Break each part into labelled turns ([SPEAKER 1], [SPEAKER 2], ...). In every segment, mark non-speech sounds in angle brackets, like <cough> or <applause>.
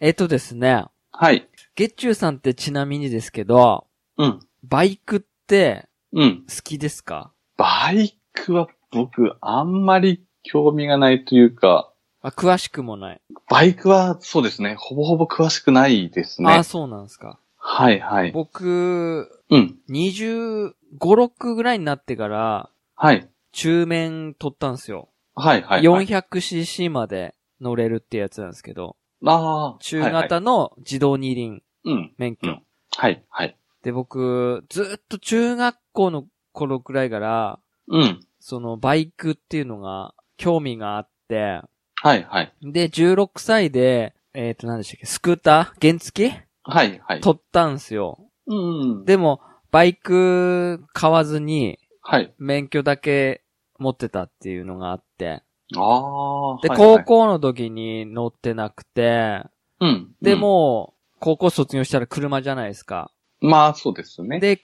[SPEAKER 1] えっとですね、
[SPEAKER 2] はい。
[SPEAKER 1] 月中さんってちなみにですけど、
[SPEAKER 2] うん。
[SPEAKER 1] バイクって
[SPEAKER 2] うん。
[SPEAKER 1] 好きですか
[SPEAKER 2] バイクは僕、あんまり興味がないというか、
[SPEAKER 1] あ詳しくもない。
[SPEAKER 2] バイクはそうですね、ほぼほぼ詳しくないです
[SPEAKER 1] あ
[SPEAKER 2] ね
[SPEAKER 1] あ、。そうなんですか。
[SPEAKER 2] はいはい。
[SPEAKER 1] 僕、
[SPEAKER 2] うん。
[SPEAKER 1] 25、6ぐらいになってから、
[SPEAKER 2] はい。
[SPEAKER 1] 中免取ったんですよ。
[SPEAKER 2] はいはい、はい。
[SPEAKER 1] 400cc まで乗れるってやつなんですけど、
[SPEAKER 2] ああ。
[SPEAKER 1] 中
[SPEAKER 2] はいはい
[SPEAKER 1] 型の自動二輪
[SPEAKER 2] うん。
[SPEAKER 1] 免許。
[SPEAKER 2] うんはいはい。
[SPEAKER 1] で、僕、ずっと中学校の頃くらいから、
[SPEAKER 2] うん。
[SPEAKER 1] そのバイクっていうのが興味があって、
[SPEAKER 2] はいはい。
[SPEAKER 1] で、16歳で、えっ、と、何でしたっけ、スクーター原付き
[SPEAKER 2] はいはい。
[SPEAKER 1] 取ったんすよ。
[SPEAKER 2] うん。
[SPEAKER 1] でも、バイク買わずに
[SPEAKER 2] はい。
[SPEAKER 1] 免許だけ持ってたっていうのがあって。
[SPEAKER 2] ああ。
[SPEAKER 1] で、
[SPEAKER 2] はいはい
[SPEAKER 1] 高。校の時に乗ってなくて、
[SPEAKER 2] うん。
[SPEAKER 1] で、もう、高校卒業したら車じゃないですか。
[SPEAKER 2] うん、まあそうですね。
[SPEAKER 1] で、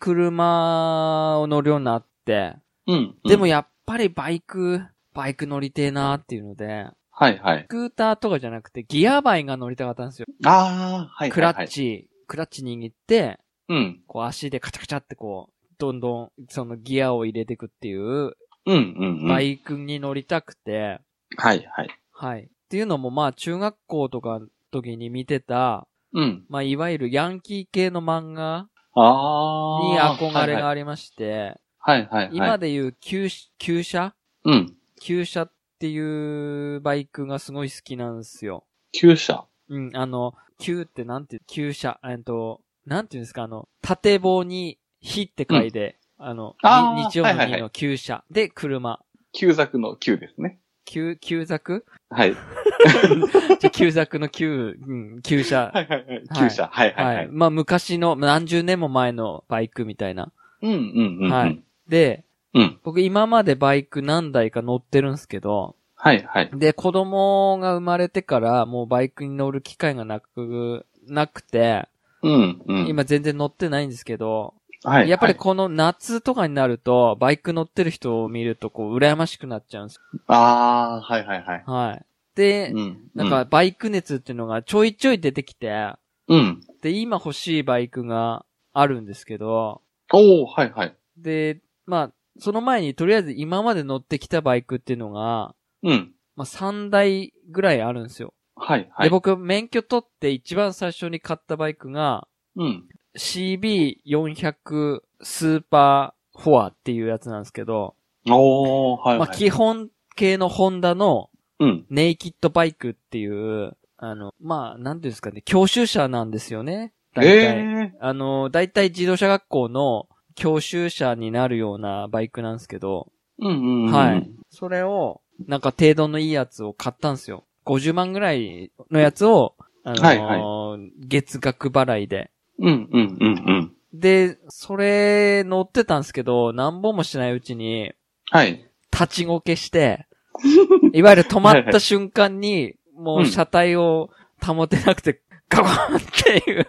[SPEAKER 1] 車を乗るようになって、
[SPEAKER 2] うん。うん
[SPEAKER 1] でもやっぱりバイク、バイク乗りてえなっていうので、
[SPEAKER 2] はいはい
[SPEAKER 1] ス。クーターとかじゃなくてギアバイが乗りたかったんですよ。
[SPEAKER 2] ああ、はいはい、はい。
[SPEAKER 1] クラッ。チ、クラッチ握って、
[SPEAKER 2] うん。
[SPEAKER 1] こう足でカチャカチャってこう、どんどんそのギアを入れていくっていう、
[SPEAKER 2] うんうんうん。
[SPEAKER 1] バイクに乗りたくて、
[SPEAKER 2] はいはい。
[SPEAKER 1] はい。っていうのもまあ中学校とかの時に見てた、
[SPEAKER 2] うん。
[SPEAKER 1] まあいわゆるヤンキー系の漫画
[SPEAKER 2] ああ。
[SPEAKER 1] に憧れがありまして、
[SPEAKER 2] はいはい。はいはいはい。
[SPEAKER 1] 今でいう旧旧車
[SPEAKER 2] うん。
[SPEAKER 1] 旧車っていうバイクがすごい好きなんですよ。
[SPEAKER 2] 旧車。
[SPEAKER 1] うん、あの、旧ってなんて、旧車、えっと、なんていうんですか、あの、縦棒に火って書いて、あの、
[SPEAKER 2] あー
[SPEAKER 1] に日曜の
[SPEAKER 2] はいは
[SPEAKER 1] 日
[SPEAKER 2] いは
[SPEAKER 1] の旧車、で、車。
[SPEAKER 2] 旧作の旧ですね。
[SPEAKER 1] 旧、旧作
[SPEAKER 2] はい。
[SPEAKER 1] じゃ、旧作の旧、うん、旧車
[SPEAKER 2] は。いはいはい。旧車。はいはい
[SPEAKER 1] は。
[SPEAKER 2] はいい。
[SPEAKER 1] まあ、昔の、何十年も前のバイクみたいな。
[SPEAKER 2] うんうんうんうん。
[SPEAKER 1] はい。で、
[SPEAKER 2] うん。
[SPEAKER 1] 僕今までバイク何台か乗ってるんですけど、
[SPEAKER 2] はいはい。
[SPEAKER 1] で、子供が生まれてからもうバイクに乗る機会がなく、なくて、
[SPEAKER 2] うんうん。
[SPEAKER 1] 今全然乗ってないんですけど、
[SPEAKER 2] はいはい。
[SPEAKER 1] やっぱりこの夏とかになると、バイク乗ってる人を見るとこう、羨ましくなっちゃうんです
[SPEAKER 2] ああ、はいはいはい。
[SPEAKER 1] よ。はい。で
[SPEAKER 2] う、ん。
[SPEAKER 1] なんか、バイク熱っていうのがちょいちょい出てきて、
[SPEAKER 2] うん。
[SPEAKER 1] で、今欲しいバイクがあるんですけど、
[SPEAKER 2] おおはいはい。
[SPEAKER 1] で、まあ、その前にとりあえず今まで乗ってきたバイクっていうのが、
[SPEAKER 2] うん。
[SPEAKER 1] まあ3台ぐらいあるんですよ。
[SPEAKER 2] はいは
[SPEAKER 1] で、
[SPEAKER 2] い。
[SPEAKER 1] 僕、免許取って一番最初に買ったバイクが、
[SPEAKER 2] うん。
[SPEAKER 1] CB400 スーパーフォアっていうやつなんですけど、
[SPEAKER 2] おおはい
[SPEAKER 1] ま
[SPEAKER 2] は
[SPEAKER 1] あ、
[SPEAKER 2] い。
[SPEAKER 1] 基本系のホンダの
[SPEAKER 2] うん。
[SPEAKER 1] ネイキッドバイクっていう、あの、まあ、なんていうんですかね、教習車なんですよね。
[SPEAKER 2] え
[SPEAKER 1] 大体。
[SPEAKER 2] え
[SPEAKER 1] あの、大体自動車学校の教習車になるようなバイクなんですけど、
[SPEAKER 2] ー。うんうんうん。
[SPEAKER 1] はい。それを、なんか程度のいいやつを買ったんですよ。50万ぐらいのやつを、あのー
[SPEAKER 2] はい
[SPEAKER 1] 月額払いで。
[SPEAKER 2] うんうんうんうん。
[SPEAKER 1] で、それ乗ってたんですけど、なんぼもしないうちに、
[SPEAKER 2] はい。
[SPEAKER 1] 立ちごけして、いわゆる止まった瞬間に、もう車体を保てなくて、ガバンっていう、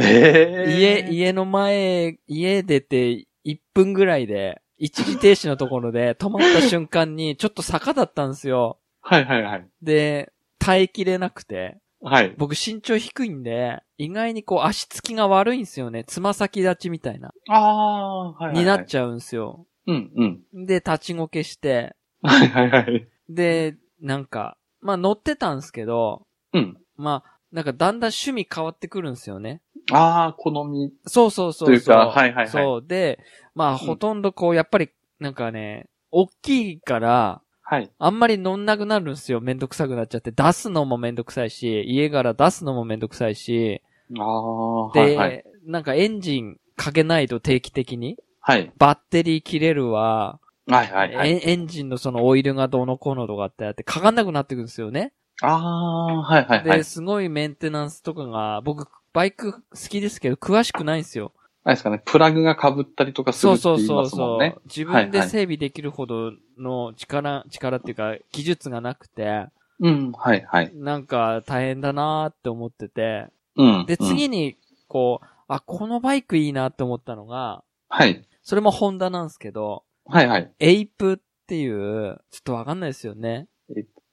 [SPEAKER 2] え
[SPEAKER 1] 家、
[SPEAKER 2] え
[SPEAKER 1] 家の前、家出て1分ぐらいで、一時停止のところで止まった瞬間に、ちょっと坂だったんですよ。
[SPEAKER 2] はいはいはい。
[SPEAKER 1] で、耐えきれなくて、
[SPEAKER 2] はい。
[SPEAKER 1] 僕身長低いんで、意外にこう足つきが悪いんですよね。つま先立ちみたいな、
[SPEAKER 2] ああ、はいはいはい。
[SPEAKER 1] になっちゃうんですよ。
[SPEAKER 2] うんうん。
[SPEAKER 1] で、立ちごけして、
[SPEAKER 2] はいはいはい。
[SPEAKER 1] で、なんか、まあ乗ってたんですけど、
[SPEAKER 2] うん。
[SPEAKER 1] まあ、なんかだんだん趣味変わってくるんですよね。
[SPEAKER 2] ああ、好み。
[SPEAKER 1] そうそうそうそう。
[SPEAKER 2] というかはいはいはい
[SPEAKER 1] そう。で、まあほとんどこう、やっぱり、なんかね、大きいから、
[SPEAKER 2] はい。
[SPEAKER 1] あんまり乗んなくなるんですよ。めんどくさくなっちゃって。出すのもめんどくさいし、家から出すのもめんどくさいし、
[SPEAKER 2] ああ、は
[SPEAKER 1] で、
[SPEAKER 2] いはい。
[SPEAKER 1] なんかエンジンかけないと定期的に、
[SPEAKER 2] はい。
[SPEAKER 1] バッテリー切れるわ、
[SPEAKER 2] はいはいはい。
[SPEAKER 1] エンエンジンのそのオイルがどうのこうのとかってあって、かかんなくなってくるんですよね。
[SPEAKER 2] ああ、はいはいはい
[SPEAKER 1] で、。すごいメンテナンスとかが、僕、バイク好きですけど、詳しくないんですよ。
[SPEAKER 2] あれですかね、プラグが被ったりとかする
[SPEAKER 1] そうそう
[SPEAKER 2] って言い
[SPEAKER 1] そ
[SPEAKER 2] ま
[SPEAKER 1] う
[SPEAKER 2] すも
[SPEAKER 1] そ
[SPEAKER 2] ん
[SPEAKER 1] う、
[SPEAKER 2] ね。
[SPEAKER 1] 自分で整備できるほどの力、力っていうか、技術がなくて、
[SPEAKER 2] うん、はいはい。
[SPEAKER 1] なんか大変だなーって思ってて、
[SPEAKER 2] うん。
[SPEAKER 1] で、
[SPEAKER 2] うん
[SPEAKER 1] 次に、こう、あ、このバイクいいなって思ったのが、
[SPEAKER 2] はい。
[SPEAKER 1] それもホンダなんですけど、
[SPEAKER 2] はいはい。
[SPEAKER 1] エイプっていう、ちょっとわかんないですよね。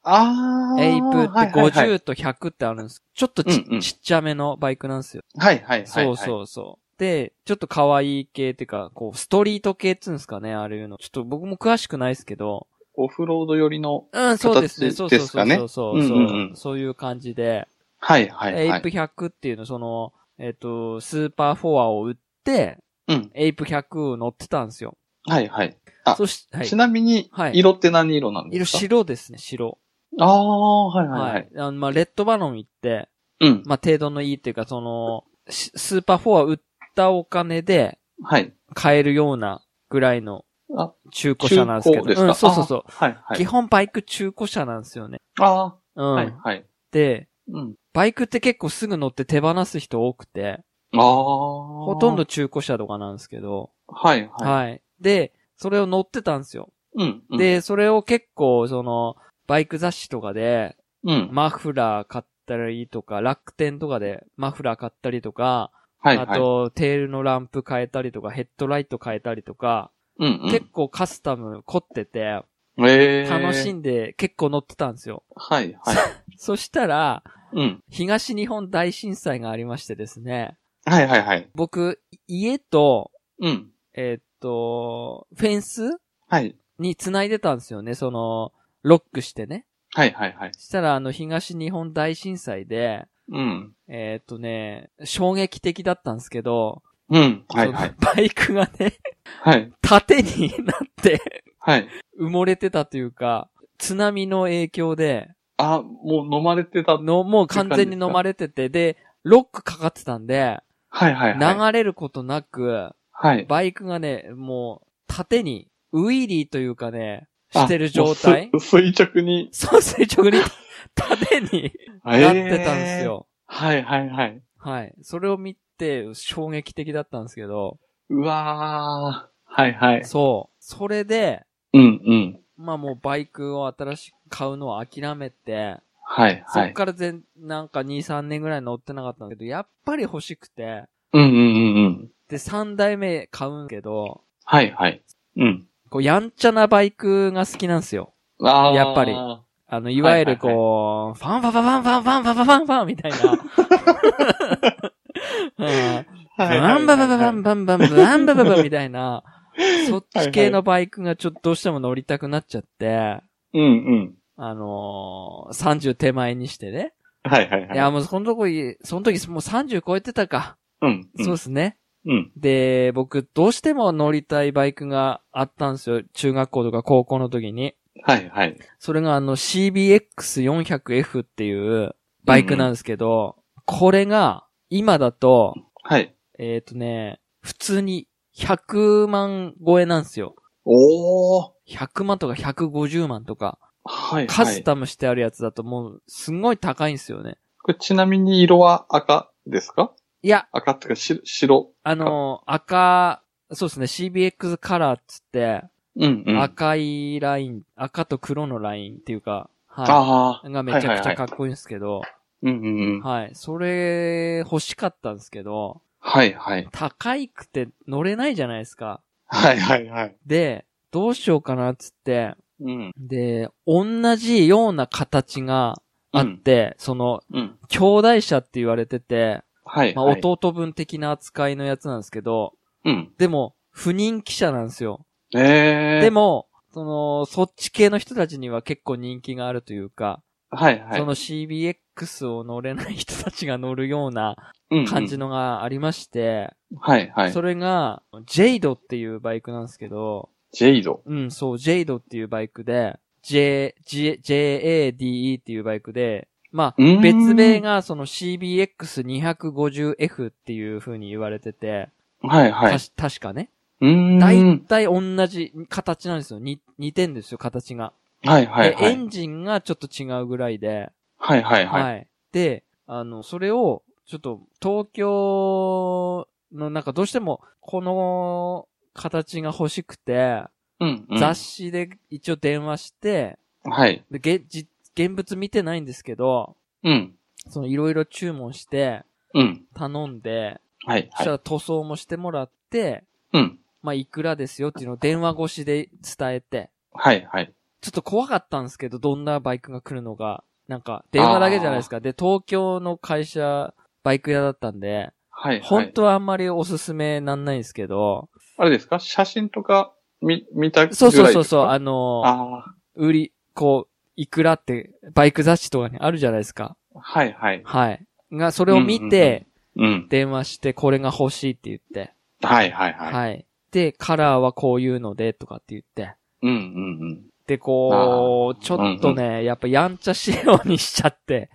[SPEAKER 2] あー。
[SPEAKER 1] エイプって
[SPEAKER 2] はいはい
[SPEAKER 1] 50と100ってあるんです。ちょっとち,、
[SPEAKER 2] うんうん
[SPEAKER 1] ちっちゃめのバイクなんですよ。
[SPEAKER 2] はい。はいはいはい
[SPEAKER 1] そうそうそう。で、ちょっと可愛い系っていうか、こう、ストリート系っつうんですかね、あれいうの。ちょっと僕も詳しくないですけど。
[SPEAKER 2] オフロード寄りの。
[SPEAKER 1] うん、そうですね。そうそ
[SPEAKER 2] 形
[SPEAKER 1] う
[SPEAKER 2] です
[SPEAKER 1] そ
[SPEAKER 2] か
[SPEAKER 1] う
[SPEAKER 2] ね
[SPEAKER 1] そうそう、
[SPEAKER 2] うんうんうん
[SPEAKER 1] そういう感じで、
[SPEAKER 2] はいはいは
[SPEAKER 1] エイプ
[SPEAKER 2] い。
[SPEAKER 1] 100っていうの、その、えっ、と、スーパーフォアを売って、
[SPEAKER 2] うん。
[SPEAKER 1] エイプ100を乗ってたんですよ。
[SPEAKER 2] はいはい。あ
[SPEAKER 1] そし、はい
[SPEAKER 2] ち。なみに
[SPEAKER 1] は、い
[SPEAKER 2] 色って何色なんで
[SPEAKER 1] 色
[SPEAKER 2] すか
[SPEAKER 1] 白ですね、白。
[SPEAKER 2] ああ、はいはいはい。
[SPEAKER 1] あのまあ、レッドバロン行って、
[SPEAKER 2] うん。
[SPEAKER 1] まあ、程度のいいっていうか、その、しスーパー4は売ったお金で
[SPEAKER 2] はい。
[SPEAKER 1] 買えるようなぐらいの
[SPEAKER 2] あ
[SPEAKER 1] 中古車なんですけど。
[SPEAKER 2] 中古ですか
[SPEAKER 1] うん、そうそうそう。
[SPEAKER 2] あーはいは
[SPEAKER 1] 基
[SPEAKER 2] い。
[SPEAKER 1] 本バイク中古車なんですよね。
[SPEAKER 2] あ
[SPEAKER 1] うん。
[SPEAKER 2] あ、はいはい。
[SPEAKER 1] で、
[SPEAKER 2] うん。
[SPEAKER 1] バイクって結構すぐ乗って手放す人多くて、
[SPEAKER 2] ああ。
[SPEAKER 1] ほ
[SPEAKER 2] ほ
[SPEAKER 1] とんど。中古車とかなんですけど、
[SPEAKER 2] はいは
[SPEAKER 1] はい。で、それを乗ってたんですよ。
[SPEAKER 2] い。うん。うん、
[SPEAKER 1] で、それを結構、その、バイク雑誌とかで、
[SPEAKER 2] うん。
[SPEAKER 1] マフラー買ったりとか、楽天とかでマフラー買ったりとか、
[SPEAKER 2] はいはい。
[SPEAKER 1] あ、と、テールのランプ変えたりとか、ヘッドライト変えたりとか、
[SPEAKER 2] うん、うん。
[SPEAKER 1] 結構カスタム凝ってて、
[SPEAKER 2] ええ
[SPEAKER 1] 楽し
[SPEAKER 2] い。
[SPEAKER 1] んで結構乗ってたんですよ。
[SPEAKER 2] はいはい。
[SPEAKER 1] そしたら、
[SPEAKER 2] うん。
[SPEAKER 1] 東日本大震災がありましてですね、
[SPEAKER 2] はいはいはい。
[SPEAKER 1] 僕、家と、
[SPEAKER 2] うん。
[SPEAKER 1] えーっと、フェンス
[SPEAKER 2] はい。
[SPEAKER 1] に繋いでたんですよね、その、ロックしてね。
[SPEAKER 2] はいはいはい。
[SPEAKER 1] そしたら、あの、東日本大震災で、
[SPEAKER 2] うん。
[SPEAKER 1] えーっとね、衝撃的だったんですけど、
[SPEAKER 2] うん。はいはい。
[SPEAKER 1] そのバイクがね、 <laughs>
[SPEAKER 2] はい。
[SPEAKER 1] 縦になって、
[SPEAKER 2] はい。
[SPEAKER 1] 埋もれてたというか、津波の影響で、
[SPEAKER 2] あ、もう飲まれてた。はい
[SPEAKER 1] の、もう完全に飲まれてて、で、ロックかかってたんで、
[SPEAKER 2] はいはい。
[SPEAKER 1] 流れることなく、
[SPEAKER 2] はい。
[SPEAKER 1] バイクがね、もう、縦に、ウィリーというかね、してる状態
[SPEAKER 2] あもうす垂直に。
[SPEAKER 1] そう、垂直に、縦になってたんですよ。
[SPEAKER 2] えー。はいはいはい。
[SPEAKER 1] はい。それを見て、衝撃的だったんですけど、
[SPEAKER 2] うわー。はいはい。
[SPEAKER 1] そう。それで、
[SPEAKER 2] うんうん。
[SPEAKER 1] まあもうバイクを新しく買うのを諦めて、
[SPEAKER 2] はい
[SPEAKER 1] そ
[SPEAKER 2] は
[SPEAKER 1] っ
[SPEAKER 2] い。
[SPEAKER 1] から全、なんか2、3年ぐらい乗ってなかったんだけど、やっぱり欲しくて、
[SPEAKER 2] うんうんうんうん。
[SPEAKER 1] で、3代目買うんけど、
[SPEAKER 2] はいはい。うん。
[SPEAKER 1] こう、やんちゃなバイクが好きなんですよ。
[SPEAKER 2] あー
[SPEAKER 1] やっぱりあの、いわゆる
[SPEAKER 2] はい
[SPEAKER 1] こう、ファンファファファンファンファンファンファンファンみたい
[SPEAKER 2] <laughs>
[SPEAKER 1] な。うんフ
[SPEAKER 2] はい
[SPEAKER 1] ァンババババンバ
[SPEAKER 2] バ
[SPEAKER 1] ンバンバンバババみたいな、そっち系のバイクがちょっとどうしても乗りたくなっちゃって、
[SPEAKER 2] うんうん。
[SPEAKER 1] あのー、30手前にしてね。
[SPEAKER 2] はいはいはい。
[SPEAKER 1] いや、もうそのとこい、その時もう30超えてたか。
[SPEAKER 2] うん。うん
[SPEAKER 1] そうですね。
[SPEAKER 2] うん。
[SPEAKER 1] で、僕、どうしても乗りたいバイクがあったんですよ。中学校とか高校の時に。
[SPEAKER 2] はいはい。
[SPEAKER 1] それがあの CBX400F っていうバイクなんですけど、これが今だと、
[SPEAKER 2] はい。
[SPEAKER 1] えっ、とね、普通に100万超えなんですよ。
[SPEAKER 2] おー。
[SPEAKER 1] 100万とか150万とか、
[SPEAKER 2] はい
[SPEAKER 1] カ
[SPEAKER 2] は
[SPEAKER 1] ス
[SPEAKER 2] い。
[SPEAKER 1] タムしてあるやつだともうすんごい高いんですよね。
[SPEAKER 2] これちなみに色は赤ですか
[SPEAKER 1] いや、
[SPEAKER 2] 赤っていうかし白。
[SPEAKER 1] あのー赤、そうですね、CBX カラーっつって、
[SPEAKER 2] うんうん。
[SPEAKER 1] 赤いライン、赤と黒のラインっていうか、は
[SPEAKER 2] ああ。
[SPEAKER 1] い。がめちゃくちゃかっ
[SPEAKER 2] はいはいはい
[SPEAKER 1] こいいんですけど、
[SPEAKER 2] うんうんうん。
[SPEAKER 1] はい。それ、欲しかったんですけど、
[SPEAKER 2] はいはい。
[SPEAKER 1] 高いくて乗れないじゃないですか。
[SPEAKER 2] はいはいはい。
[SPEAKER 1] で、どうしようかなっつって、
[SPEAKER 2] うん。
[SPEAKER 1] で、同じような形があって、その、
[SPEAKER 2] うん。
[SPEAKER 1] 兄弟車って言われてて、
[SPEAKER 2] はい。
[SPEAKER 1] まあ、
[SPEAKER 2] はい。
[SPEAKER 1] 弟分的な扱いのやつなんですけど、
[SPEAKER 2] うん。
[SPEAKER 1] でも、不人気車なんですよ。
[SPEAKER 2] ええ。
[SPEAKER 1] で、も、その、そっち系の人たちには結構人気があるというか、
[SPEAKER 2] はいはい。
[SPEAKER 1] その CBX を乗れない人たちが乗るような
[SPEAKER 2] の
[SPEAKER 1] 感じのがありまして、
[SPEAKER 2] はいはい。
[SPEAKER 1] それが、ジェイドっていうバイクなんですけど、
[SPEAKER 2] ジェイド。
[SPEAKER 1] うん、そう、ジェイドっていうバイクで、J、J、JADE っていうバイクで、まあ、
[SPEAKER 2] うん
[SPEAKER 1] 別名がその CBX250F っていう風に言われてて、
[SPEAKER 2] はいはい
[SPEAKER 1] た。し確かね。
[SPEAKER 2] うーん。
[SPEAKER 1] だいたい同じ形なんですよ。に似てんですよ、形が。
[SPEAKER 2] はいはいは
[SPEAKER 1] で、エ
[SPEAKER 2] い。
[SPEAKER 1] ンジンがちょっと違うぐらいで、
[SPEAKER 2] はいはいはい。
[SPEAKER 1] はい。で、あの、それを、ちょっと、東京の、なんかどうしても、この形が欲しくて、
[SPEAKER 2] うんうん。
[SPEAKER 1] 雑誌で一応電話して、
[SPEAKER 2] はい。
[SPEAKER 1] で、げ、じ、現物見てないんですけど、
[SPEAKER 2] うん。
[SPEAKER 1] その、いろいろ注文して、
[SPEAKER 2] うん。
[SPEAKER 1] 頼んで、
[SPEAKER 2] はい
[SPEAKER 1] そし
[SPEAKER 2] は
[SPEAKER 1] た
[SPEAKER 2] い。
[SPEAKER 1] ら塗装もしてもらって、
[SPEAKER 2] うん。
[SPEAKER 1] まあ、いくらですよっていうのを電話越しで伝えて、
[SPEAKER 2] はいはい。
[SPEAKER 1] ちょっと怖かったんですけど、どんなバイクが来るのか。なんか、電話だけじゃないですか。で、東京の会社、バイク屋だったんで、
[SPEAKER 2] はい、はい。
[SPEAKER 1] 本当はあんまりおすすめなんないんですけど、
[SPEAKER 2] あれですか写真とか見、見たぐらいです
[SPEAKER 1] そ
[SPEAKER 2] か
[SPEAKER 1] うそうそうそう、
[SPEAKER 2] あ
[SPEAKER 1] あのー
[SPEAKER 2] あ
[SPEAKER 1] 売り、こう、いくらって、バイク雑誌とかにあるじゃないですか。
[SPEAKER 2] ー、はいはい。
[SPEAKER 1] はい。が、それを見て、
[SPEAKER 2] うん。
[SPEAKER 1] 電話して、これが欲しいって言って。
[SPEAKER 2] はいはいはい。
[SPEAKER 1] はい。で、カラーはこういうので、とかって言って。
[SPEAKER 2] うんうんうん。
[SPEAKER 1] で、こう、ちょっとね、やっぱやんちゃ仕様にしちゃ
[SPEAKER 2] <laughs>
[SPEAKER 1] って。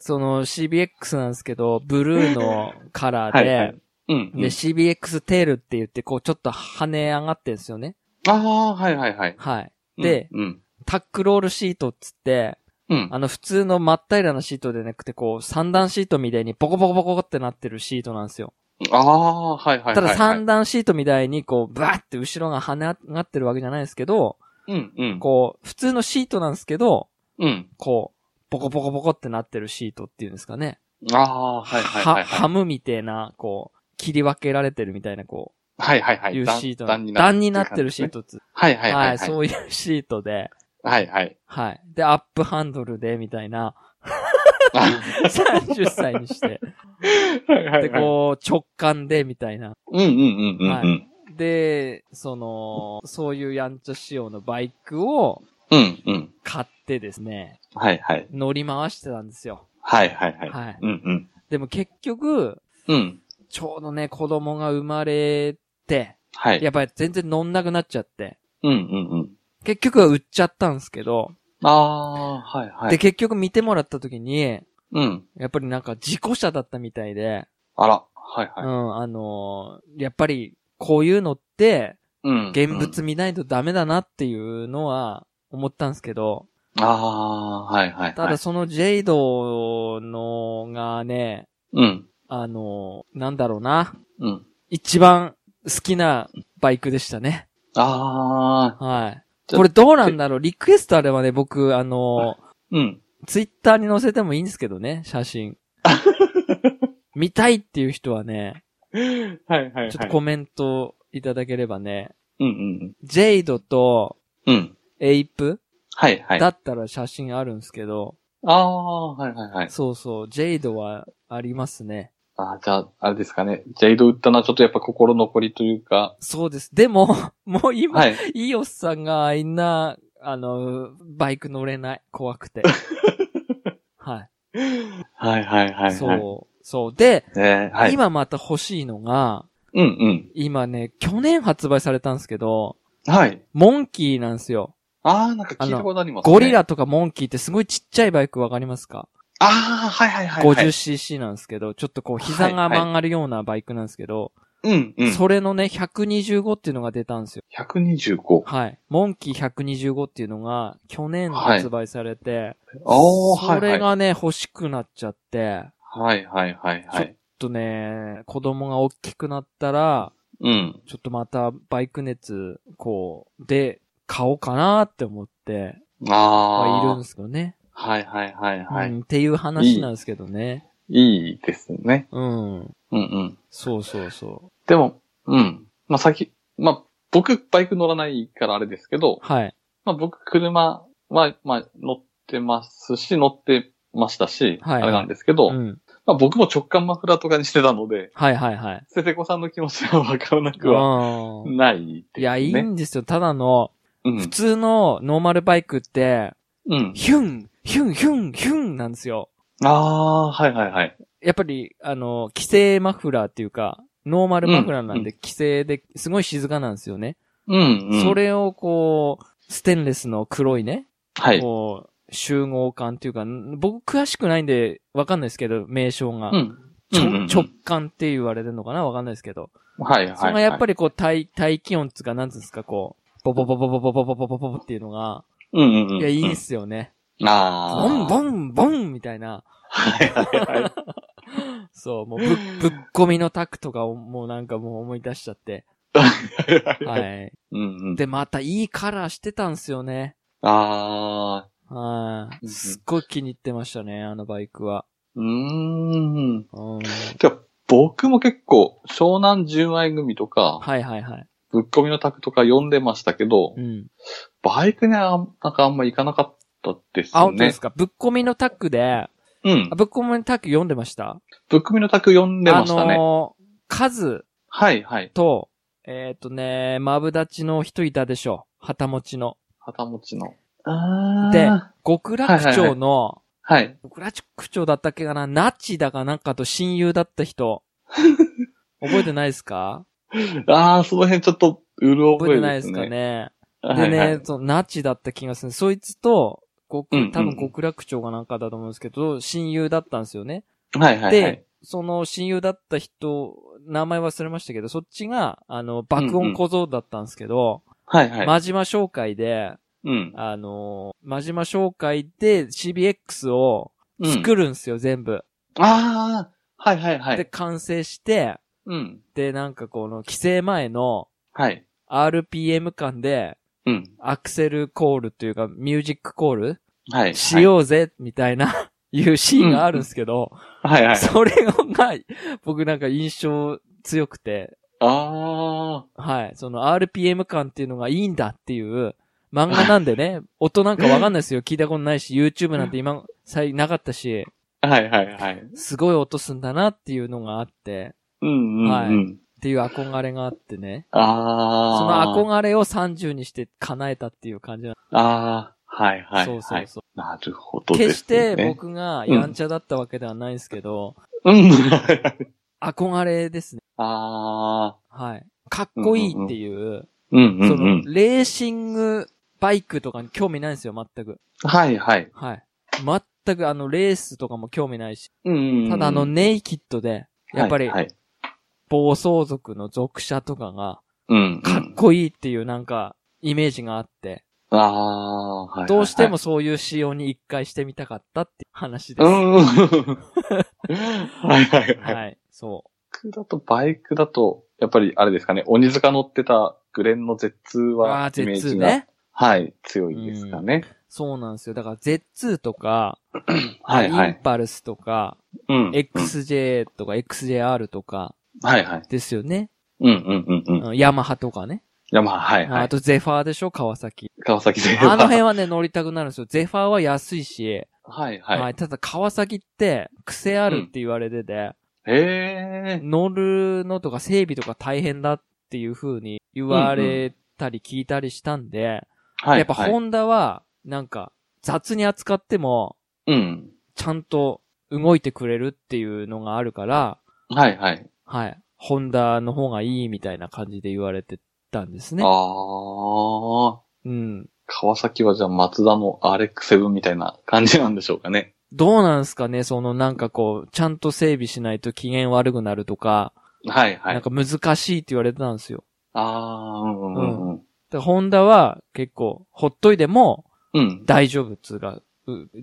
[SPEAKER 1] その CBX なんですけど、ブルーのカラー
[SPEAKER 2] は
[SPEAKER 1] で、
[SPEAKER 2] いはい。うん、う
[SPEAKER 1] で、
[SPEAKER 2] ん。
[SPEAKER 1] CBX テールって言って、こう、ちょっと跳ね上がってんですよね。
[SPEAKER 2] ああ、はいはいはい。
[SPEAKER 1] はい。で
[SPEAKER 2] うん。
[SPEAKER 1] タックロールシートっつって、
[SPEAKER 2] うん。
[SPEAKER 1] あの、普通の真っ平らなシートでなくて、こう、三段シートみたいにボコボコボコってなってるシートなんですよ。
[SPEAKER 2] ああ、はいはいはい。
[SPEAKER 1] ただ三
[SPEAKER 2] 段。
[SPEAKER 1] 段シートみたいに、こう、バーって後ろが跳ね上がってるわけじゃないですけど、
[SPEAKER 2] うんうん。
[SPEAKER 1] こう、普通のシートなんですけど、
[SPEAKER 2] うん。
[SPEAKER 1] こう、ボコボコボコってなってるシートっていうんですかね。
[SPEAKER 2] ああ、はいはいはい。
[SPEAKER 1] ハムみたいな、こう、切り分けられてるみたいな、こ
[SPEAKER 2] はいはいは
[SPEAKER 1] う、
[SPEAKER 2] い。
[SPEAKER 1] いうシート。
[SPEAKER 2] 段になってる。
[SPEAKER 1] 段になってるシー。トっつ。
[SPEAKER 2] はいはいは。
[SPEAKER 1] はいい、
[SPEAKER 2] はい
[SPEAKER 1] そういうシートで、
[SPEAKER 2] はいはい。
[SPEAKER 1] はい。で、アップハンドルで、みたいな、30歳に
[SPEAKER 2] <laughs>
[SPEAKER 1] して。
[SPEAKER 2] はいは
[SPEAKER 1] で、
[SPEAKER 2] いはい。
[SPEAKER 1] こう、直感で、みたいな。
[SPEAKER 2] うんうんうんうん
[SPEAKER 1] は
[SPEAKER 2] うん。
[SPEAKER 1] で、その、そういうやんちゃ仕様のバイクを
[SPEAKER 2] うんうん。
[SPEAKER 1] 買ってですね、
[SPEAKER 2] はいはい。
[SPEAKER 1] 乗り回してたんですよ。
[SPEAKER 2] はいはいはい。
[SPEAKER 1] はい。
[SPEAKER 2] うんうん。
[SPEAKER 1] でも結局、
[SPEAKER 2] うん。
[SPEAKER 1] ちょうどね、子供が生まれて、
[SPEAKER 2] はい。
[SPEAKER 1] やっぱり全然乗んなくなっちゃって、
[SPEAKER 2] うんうんうん。
[SPEAKER 1] 結局は売っちゃったんですけど、
[SPEAKER 2] ああー、はいは
[SPEAKER 1] で、
[SPEAKER 2] い。
[SPEAKER 1] 結局見てもらった時に、
[SPEAKER 2] うん。
[SPEAKER 1] やっぱりなんか事故車だったみたいで、
[SPEAKER 2] あら。はいは
[SPEAKER 1] う
[SPEAKER 2] い。
[SPEAKER 1] ん、あのーやっぱりこういうのって、
[SPEAKER 2] うん。
[SPEAKER 1] 現
[SPEAKER 2] うん。
[SPEAKER 1] 物見ないとダメだなっていうのは思ったんですけど、
[SPEAKER 2] ああー、はいはいはい。
[SPEAKER 1] ただ、そのジェイドのがね、
[SPEAKER 2] うん。
[SPEAKER 1] あの、なんだろうな。
[SPEAKER 2] うん。
[SPEAKER 1] 一番好きなバイクでしたね。
[SPEAKER 2] ああ、
[SPEAKER 1] はい。
[SPEAKER 2] ちょ
[SPEAKER 1] これどうなんだろうリクエストあればね、僕、あの、
[SPEAKER 2] うん。
[SPEAKER 1] ツイッターに載せてもいいんですけどね、写
[SPEAKER 2] <laughs>
[SPEAKER 1] 真。見たいっていう人はね、
[SPEAKER 2] はいはいはい。
[SPEAKER 1] ちょっとコメントいただければね、
[SPEAKER 2] うんうん
[SPEAKER 1] ジェイドと
[SPEAKER 2] うん。うん。
[SPEAKER 1] エイプ
[SPEAKER 2] はいはい。
[SPEAKER 1] だったら写真あるんですけど、
[SPEAKER 2] ああ、はいはいはい。
[SPEAKER 1] そうそう、ジェイドはありますね。
[SPEAKER 2] ああ、じゃあ、あれですかね。ジェイド打ったのはちょっとやっぱ心残りというか。
[SPEAKER 1] そうです。でも、 <laughs> もう今、
[SPEAKER 2] はい。
[SPEAKER 1] イオスさんがあんな、あの、バイク乗れない。怖く
[SPEAKER 2] <laughs>
[SPEAKER 1] て。はい。
[SPEAKER 2] はいはいはい。はい。
[SPEAKER 1] そう。そう。で、
[SPEAKER 2] ねはい。
[SPEAKER 1] 今また欲しいのが、
[SPEAKER 2] うん
[SPEAKER 1] 今ね、去年発売されたんですけど、
[SPEAKER 2] うん。はい。
[SPEAKER 1] モンキーなんですよ。
[SPEAKER 2] ああ、なんか聞いたことあります、ね。
[SPEAKER 1] ゴリ。ラとかモンキーってすごいちっちゃいバイクわかりますか、
[SPEAKER 2] ああ、はいはいはい、はい。。
[SPEAKER 1] ?50cc なんですけど、ちょっとこう膝が曲がるようなバイクなんですけど、
[SPEAKER 2] うんうん。
[SPEAKER 1] それのね、125っていうのが出たんですよ。
[SPEAKER 2] 125。
[SPEAKER 1] はい。モンキー125っていうのが去年発売されて、
[SPEAKER 2] ああ、は
[SPEAKER 1] そ
[SPEAKER 2] いは
[SPEAKER 1] れ
[SPEAKER 2] い。は
[SPEAKER 1] がね、欲しくなっちゃって、
[SPEAKER 2] いはいはいはい。
[SPEAKER 1] ちょっとね、子供が大きくなったら、
[SPEAKER 2] うん。
[SPEAKER 1] ちょっとまたバイク熱、こう、で、買おうかなって思って、まあいるん
[SPEAKER 2] あ
[SPEAKER 1] ですけどね、
[SPEAKER 2] あ。はいはいはいはい、
[SPEAKER 1] うん。っていう話なんですけどね。
[SPEAKER 2] いいですね。
[SPEAKER 1] うん。
[SPEAKER 2] うんうん。
[SPEAKER 1] そうそうそう。
[SPEAKER 2] でも、うん。まあ先、まあ僕バイク乗らないからあれですけど、
[SPEAKER 1] はい。
[SPEAKER 2] まあ僕車は、まあ乗ってますし、乗ってましたし、
[SPEAKER 1] はいはい
[SPEAKER 2] あれなんですけど、
[SPEAKER 1] うん。
[SPEAKER 2] まあ僕も直感マフラーとかにしてたので、
[SPEAKER 1] はいはいはい。
[SPEAKER 2] 瀬瀬子さんの気持ちはわからなくは
[SPEAKER 1] う
[SPEAKER 2] ないです、ね。
[SPEAKER 1] ん。いや、いいんですよ。ただの、
[SPEAKER 2] うん
[SPEAKER 1] 普。通のノーマルバイクって、
[SPEAKER 2] うん。
[SPEAKER 1] ヒュン、ヒュン、ヒュン、ヒュンなんですよ。
[SPEAKER 2] ああー、はいはいはい。
[SPEAKER 1] やっぱり、あの、規制マフラーっていうか、ノーマルマフラーなんで、
[SPEAKER 2] う
[SPEAKER 1] 規制で、すごい静かなんですよね。
[SPEAKER 2] うん、うん。
[SPEAKER 1] そ、れをこう、ステンレスの黒いね、
[SPEAKER 2] はい。
[SPEAKER 1] こう、集合感っていうか、ん僕詳しくないんで、わかんないですけど、名称が。
[SPEAKER 2] うん。
[SPEAKER 1] ちょ
[SPEAKER 2] うんうんうん
[SPEAKER 1] 直感って言われてるのかなわかんないですけど。
[SPEAKER 2] はいはい、はい。
[SPEAKER 1] それがやっぱ
[SPEAKER 2] り、
[SPEAKER 1] りこう、大、大気温っつうか、なんつうんですか、こう、ボボボボボボボボボボボボっていうのが、
[SPEAKER 2] うんうんうん。
[SPEAKER 1] いや、いいっすよね。
[SPEAKER 2] あ
[SPEAKER 1] ボ
[SPEAKER 2] あ。
[SPEAKER 1] ンボンボンみたいな。
[SPEAKER 2] はいはいはい。
[SPEAKER 1] そう、もうぶっ、ぶっ込みのタクとかをもうなんかもう思い出しちゃって。はい。
[SPEAKER 2] うんうん。
[SPEAKER 1] で、またいいカラーしてたんすよね。
[SPEAKER 2] ああ。
[SPEAKER 1] はい。すっごい気に入ってましたね、あのバイクは。
[SPEAKER 2] うーん。
[SPEAKER 1] うん。
[SPEAKER 2] てか、僕も結構、湘南純愛組とか、
[SPEAKER 1] はいはいはい。
[SPEAKER 2] ぶっ込みのタクとか読んでましたけど、
[SPEAKER 1] うん。
[SPEAKER 2] バイクにはなんかあんま行かなかったです
[SPEAKER 1] あ、本当で
[SPEAKER 2] ね
[SPEAKER 1] す。かぶっ込みのタックで、
[SPEAKER 2] うん
[SPEAKER 1] あ。ぶっ込みのタック読んでました
[SPEAKER 2] ぶっ込みのタク読んでましたね。
[SPEAKER 1] あのー、カズ
[SPEAKER 2] はいはい。
[SPEAKER 1] と、えっ、とね、マブダチの人いたでしょ。旗持ちの。
[SPEAKER 2] 旗持ちの。あー
[SPEAKER 1] で極楽町の、
[SPEAKER 2] はい。
[SPEAKER 1] 極楽町だったっけかなナチだかなんかと親友だった
[SPEAKER 2] <laughs>
[SPEAKER 1] 人。覚えてないですか
[SPEAKER 2] ああ、その辺ちょっと、うる
[SPEAKER 1] 覚
[SPEAKER 2] 覚
[SPEAKER 1] えて
[SPEAKER 2] え
[SPEAKER 1] ない
[SPEAKER 2] で
[SPEAKER 1] ですす
[SPEAKER 2] ね。
[SPEAKER 1] かね。
[SPEAKER 2] は
[SPEAKER 1] で
[SPEAKER 2] い
[SPEAKER 1] ね、
[SPEAKER 2] はい。
[SPEAKER 1] そのナチだった気がする。そいつと、極
[SPEAKER 2] うんうん
[SPEAKER 1] 多分極楽町がなんかだと思うんですけど、親友だったんですよね。
[SPEAKER 2] はいはいはい。
[SPEAKER 1] で、その親友だった人、名前忘れましたけど、そっちが、あの、爆音小僧だったんですけど、
[SPEAKER 2] はいはい。
[SPEAKER 1] 真島紹介で、
[SPEAKER 2] うん。
[SPEAKER 1] あのー、真島紹介で CBX を
[SPEAKER 2] うん
[SPEAKER 1] 作るんですよ、全部。
[SPEAKER 2] ああ、はいはいは
[SPEAKER 1] で、
[SPEAKER 2] い。
[SPEAKER 1] 完成して、
[SPEAKER 2] うん。
[SPEAKER 1] で、なんかこの、規制前の
[SPEAKER 2] はい。
[SPEAKER 1] RPM 間で、
[SPEAKER 2] うん。
[SPEAKER 1] アクセルコールというか、ミュージックコール
[SPEAKER 2] はい。
[SPEAKER 1] しようぜ、みたいな、 <laughs> いうシーンがあるんですけど、
[SPEAKER 2] はいはい。
[SPEAKER 1] それが、僕なんか印象強くて、
[SPEAKER 2] あ
[SPEAKER 1] はい、その RPM 感っていうのがいいんだっていう漫画なんでね、 <laughs> 音なんかわかんないですよ。聞いたことないし、YouTube なんて今、さいなかったし、
[SPEAKER 2] あ、はいはいはい。
[SPEAKER 1] すごい音すんだなっていうのがあって、
[SPEAKER 2] うんうんうん。
[SPEAKER 1] はいっていう憧れがあってね。そ
[SPEAKER 2] ああ。
[SPEAKER 1] の憧れを30にして叶えたっていう感じなんで
[SPEAKER 2] ああ、はい
[SPEAKER 1] す、
[SPEAKER 2] はい。
[SPEAKER 1] そうそうそう。
[SPEAKER 2] なるほどです、ね。
[SPEAKER 1] 決して、僕がやんちゃだったわけではないんですけど、
[SPEAKER 2] うん。はいはい
[SPEAKER 1] 憧れですね。
[SPEAKER 2] ああ、
[SPEAKER 1] はい。かっこいいっていう、
[SPEAKER 2] うんうんう
[SPEAKER 1] その
[SPEAKER 2] ん、。
[SPEAKER 1] レーシングバイクとかに興味ないんですよ、全く。
[SPEAKER 2] はいはい。
[SPEAKER 1] はい。全くあの、レースとかも興味ないし、
[SPEAKER 2] うんうんうん。
[SPEAKER 1] ただあの、ネイキッドで、やっぱり
[SPEAKER 2] はい、はい。
[SPEAKER 1] 暴走族の属者とかが、
[SPEAKER 2] うん、う
[SPEAKER 1] かっ
[SPEAKER 2] ん。
[SPEAKER 1] こいいっていうなんか、イメージがあって、
[SPEAKER 2] ああ、はいはいはい。
[SPEAKER 1] どうしてもそういう仕様に一回してみたかったっていう話で
[SPEAKER 2] う
[SPEAKER 1] す。
[SPEAKER 2] ん。
[SPEAKER 1] <laughs>
[SPEAKER 2] はいはいはい。
[SPEAKER 1] はい。そ
[SPEAKER 2] バイクだと、バイクだと、やっぱりあれですかね、鬼塚乗ってたグレンの Z2
[SPEAKER 1] う。ああ
[SPEAKER 2] は、イ
[SPEAKER 1] ー、
[SPEAKER 2] メージ
[SPEAKER 1] Z2
[SPEAKER 2] が、
[SPEAKER 1] ね。
[SPEAKER 2] はい、強いですかね。
[SPEAKER 1] そうなんですよ。だから Z2 とか、
[SPEAKER 2] はいは
[SPEAKER 1] イン
[SPEAKER 2] い。
[SPEAKER 1] パルスとか、
[SPEAKER 2] うん。
[SPEAKER 1] XJ とか XJR とか
[SPEAKER 2] うん。はいはい。
[SPEAKER 1] ですよね。
[SPEAKER 2] うんうんうんうん。
[SPEAKER 1] うんヤマハとかね。
[SPEAKER 2] ヤマハ、はいは
[SPEAKER 1] あ
[SPEAKER 2] い。
[SPEAKER 1] とゼファーでしょ川崎。
[SPEAKER 2] 川崎で
[SPEAKER 1] あの辺
[SPEAKER 2] は。
[SPEAKER 1] はね、乗りたくなるんですよ。ゼファーは安いし、
[SPEAKER 2] はい
[SPEAKER 1] は。
[SPEAKER 2] はい
[SPEAKER 1] ただ川崎って癖あるって言われてて、
[SPEAKER 2] い。へえ。
[SPEAKER 1] 乗るのとか整備とか大変だっていう風に言われたり聞いたりしたんで、
[SPEAKER 2] はい。
[SPEAKER 1] やっぱ
[SPEAKER 2] はい
[SPEAKER 1] ホンダは、なんか雑に扱っても、
[SPEAKER 2] うん。
[SPEAKER 1] ちゃんと動いてくれるっていうのがあるから、
[SPEAKER 2] はいはい。
[SPEAKER 1] はい。ホンダの方がいいみたいな感じで言われてたんですね
[SPEAKER 2] あ。ー。
[SPEAKER 1] うん。
[SPEAKER 2] 川崎はじゃあ松田の RX7 みたいな感じなんでしょうかね。
[SPEAKER 1] どうなんすかねそのなんかこう、ちゃんと整備しないと機嫌悪くなるとか、
[SPEAKER 2] はい
[SPEAKER 1] な
[SPEAKER 2] は
[SPEAKER 1] ん
[SPEAKER 2] い。
[SPEAKER 1] か難しいって言われてたんですよ。
[SPEAKER 2] あー、うんうんうん。
[SPEAKER 1] だからホンダは結構、ほっといても
[SPEAKER 2] うん。
[SPEAKER 1] 大丈夫っつうか、う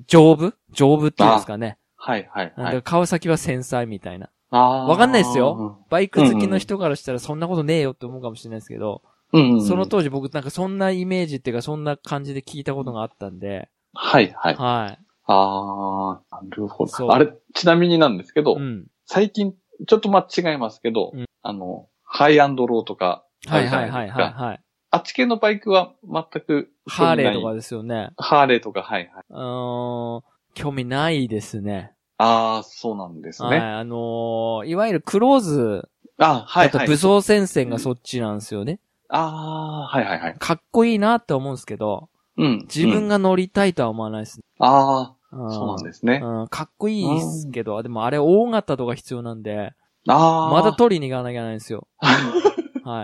[SPEAKER 1] 丈夫丈夫っていうんですかね。
[SPEAKER 2] はいはい
[SPEAKER 1] だか
[SPEAKER 2] は
[SPEAKER 1] ら
[SPEAKER 2] い。
[SPEAKER 1] 川崎は繊細みたいな。
[SPEAKER 2] あー。
[SPEAKER 1] わかんないですよ。バイク好きの人からしたらそんなことねえよって思うかもしれないですけど、
[SPEAKER 2] うんうん。
[SPEAKER 1] その当時僕なんかそんなイメージっていうかそんな感じで聞いたことがあったんで、
[SPEAKER 2] はいはい。
[SPEAKER 1] は
[SPEAKER 2] ああ、なるほ
[SPEAKER 1] そう
[SPEAKER 2] ど。あれ、ちなみになんですけ
[SPEAKER 1] い。
[SPEAKER 2] ど、
[SPEAKER 1] うん。
[SPEAKER 2] 最近、ちょっとまあ違いますけど、
[SPEAKER 1] うん
[SPEAKER 2] あの、ハイアンドローとか、
[SPEAKER 1] はいはいはいはい
[SPEAKER 2] あるじゃないですか
[SPEAKER 1] はい。
[SPEAKER 2] あっち系のバイクは全く、
[SPEAKER 1] ハーレーとか
[SPEAKER 2] で。
[SPEAKER 1] ですよね。
[SPEAKER 2] ハーレーとか、はいはい。
[SPEAKER 1] うーん、興味ないですね。
[SPEAKER 2] ああ、そうなんです
[SPEAKER 1] はい。
[SPEAKER 2] ね。
[SPEAKER 1] あのーいわゆるクローズ
[SPEAKER 2] あはい
[SPEAKER 1] だ
[SPEAKER 2] は
[SPEAKER 1] と
[SPEAKER 2] い。
[SPEAKER 1] 武装戦線がそっちなんですよね。
[SPEAKER 2] ああ、はいはいはい。
[SPEAKER 1] かっこいいなって思うんですけど、
[SPEAKER 2] うん。
[SPEAKER 1] 自分
[SPEAKER 2] が。
[SPEAKER 1] が乗りたいとは思わないですね。
[SPEAKER 2] ああ、そう
[SPEAKER 1] そ
[SPEAKER 2] なんですね。
[SPEAKER 1] うん、かっこいいですけど、でもあれ大型とか必要なんで、
[SPEAKER 2] ああ。
[SPEAKER 1] また取りに行かなきゃいけないん
[SPEAKER 2] <laughs>
[SPEAKER 1] ですよ。は。
[SPEAKER 2] は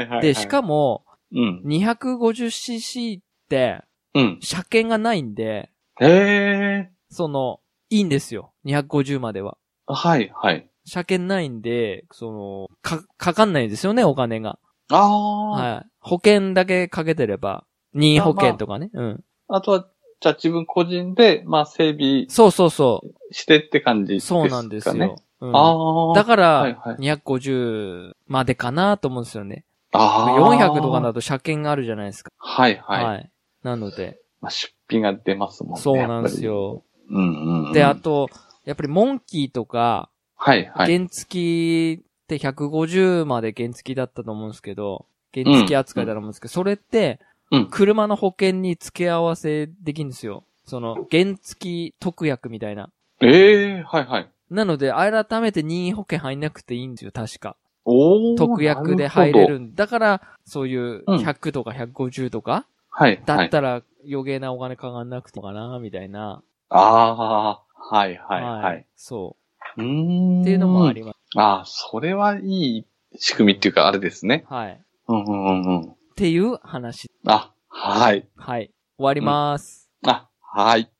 [SPEAKER 2] いはいい。
[SPEAKER 1] で、し
[SPEAKER 2] も、
[SPEAKER 1] かも、
[SPEAKER 2] うん。
[SPEAKER 1] 250cc って、
[SPEAKER 2] うん。
[SPEAKER 1] 車検がないんで、
[SPEAKER 2] へえ。
[SPEAKER 1] その、いいんですよ。250までは。
[SPEAKER 2] はいはい。
[SPEAKER 1] 車検ないんで、その、か、かかんないですよね、お金が。
[SPEAKER 2] ああ。
[SPEAKER 1] はい。保険だけかけてれば、任意保険とかね。うん。
[SPEAKER 2] あとは、じゃあ自分個人で、まあ整備
[SPEAKER 1] そうそうそ
[SPEAKER 2] してって感じ
[SPEAKER 1] う。
[SPEAKER 2] ですか
[SPEAKER 1] そう
[SPEAKER 2] ね。
[SPEAKER 1] なんですよ。うん、
[SPEAKER 2] ああ。
[SPEAKER 1] だか
[SPEAKER 2] はい
[SPEAKER 1] ら
[SPEAKER 2] は、
[SPEAKER 1] 250までかなと思うんですよね。
[SPEAKER 2] ああ。
[SPEAKER 1] 400とかだと車検があるじゃないですか。
[SPEAKER 2] はいはい。
[SPEAKER 1] なので、
[SPEAKER 2] まあ、出費が出ますもんね。
[SPEAKER 1] そうなんです
[SPEAKER 2] やっ
[SPEAKER 1] よ。
[SPEAKER 2] ぱり。うんうん、うん。
[SPEAKER 1] で、あ、と、やっぱりモンキーとか、
[SPEAKER 2] はいはい。
[SPEAKER 1] 原付きって150まで原付きだったと思うんですけど、険に付け扱いだと思うんですけど、それって
[SPEAKER 2] うん、
[SPEAKER 1] 車の保険に付け合わせできるんですよ。その、原付特約みたいな。
[SPEAKER 2] ええはいはい。
[SPEAKER 1] なので、改めて任意保険入んなくていいんですよ、確か。
[SPEAKER 2] おー
[SPEAKER 1] 特約で入れ
[SPEAKER 2] なほど
[SPEAKER 1] るんだから、そういう
[SPEAKER 2] うん
[SPEAKER 1] 100とか150とか、
[SPEAKER 2] はい。
[SPEAKER 1] だ
[SPEAKER 2] は
[SPEAKER 1] っ
[SPEAKER 2] い。
[SPEAKER 1] たら余計なお金かかんなくてもかな、みたいな。
[SPEAKER 2] ああ、はいはいはい。
[SPEAKER 1] そうう。
[SPEAKER 2] ん。
[SPEAKER 1] っていうのもあります。
[SPEAKER 2] ああ、それはいい仕組みっていうか、あれですね。
[SPEAKER 1] はい。っ
[SPEAKER 2] うんうんうんうん。
[SPEAKER 1] ていう話。
[SPEAKER 2] あ、はい。
[SPEAKER 1] はい。終わります。
[SPEAKER 2] あ、はい。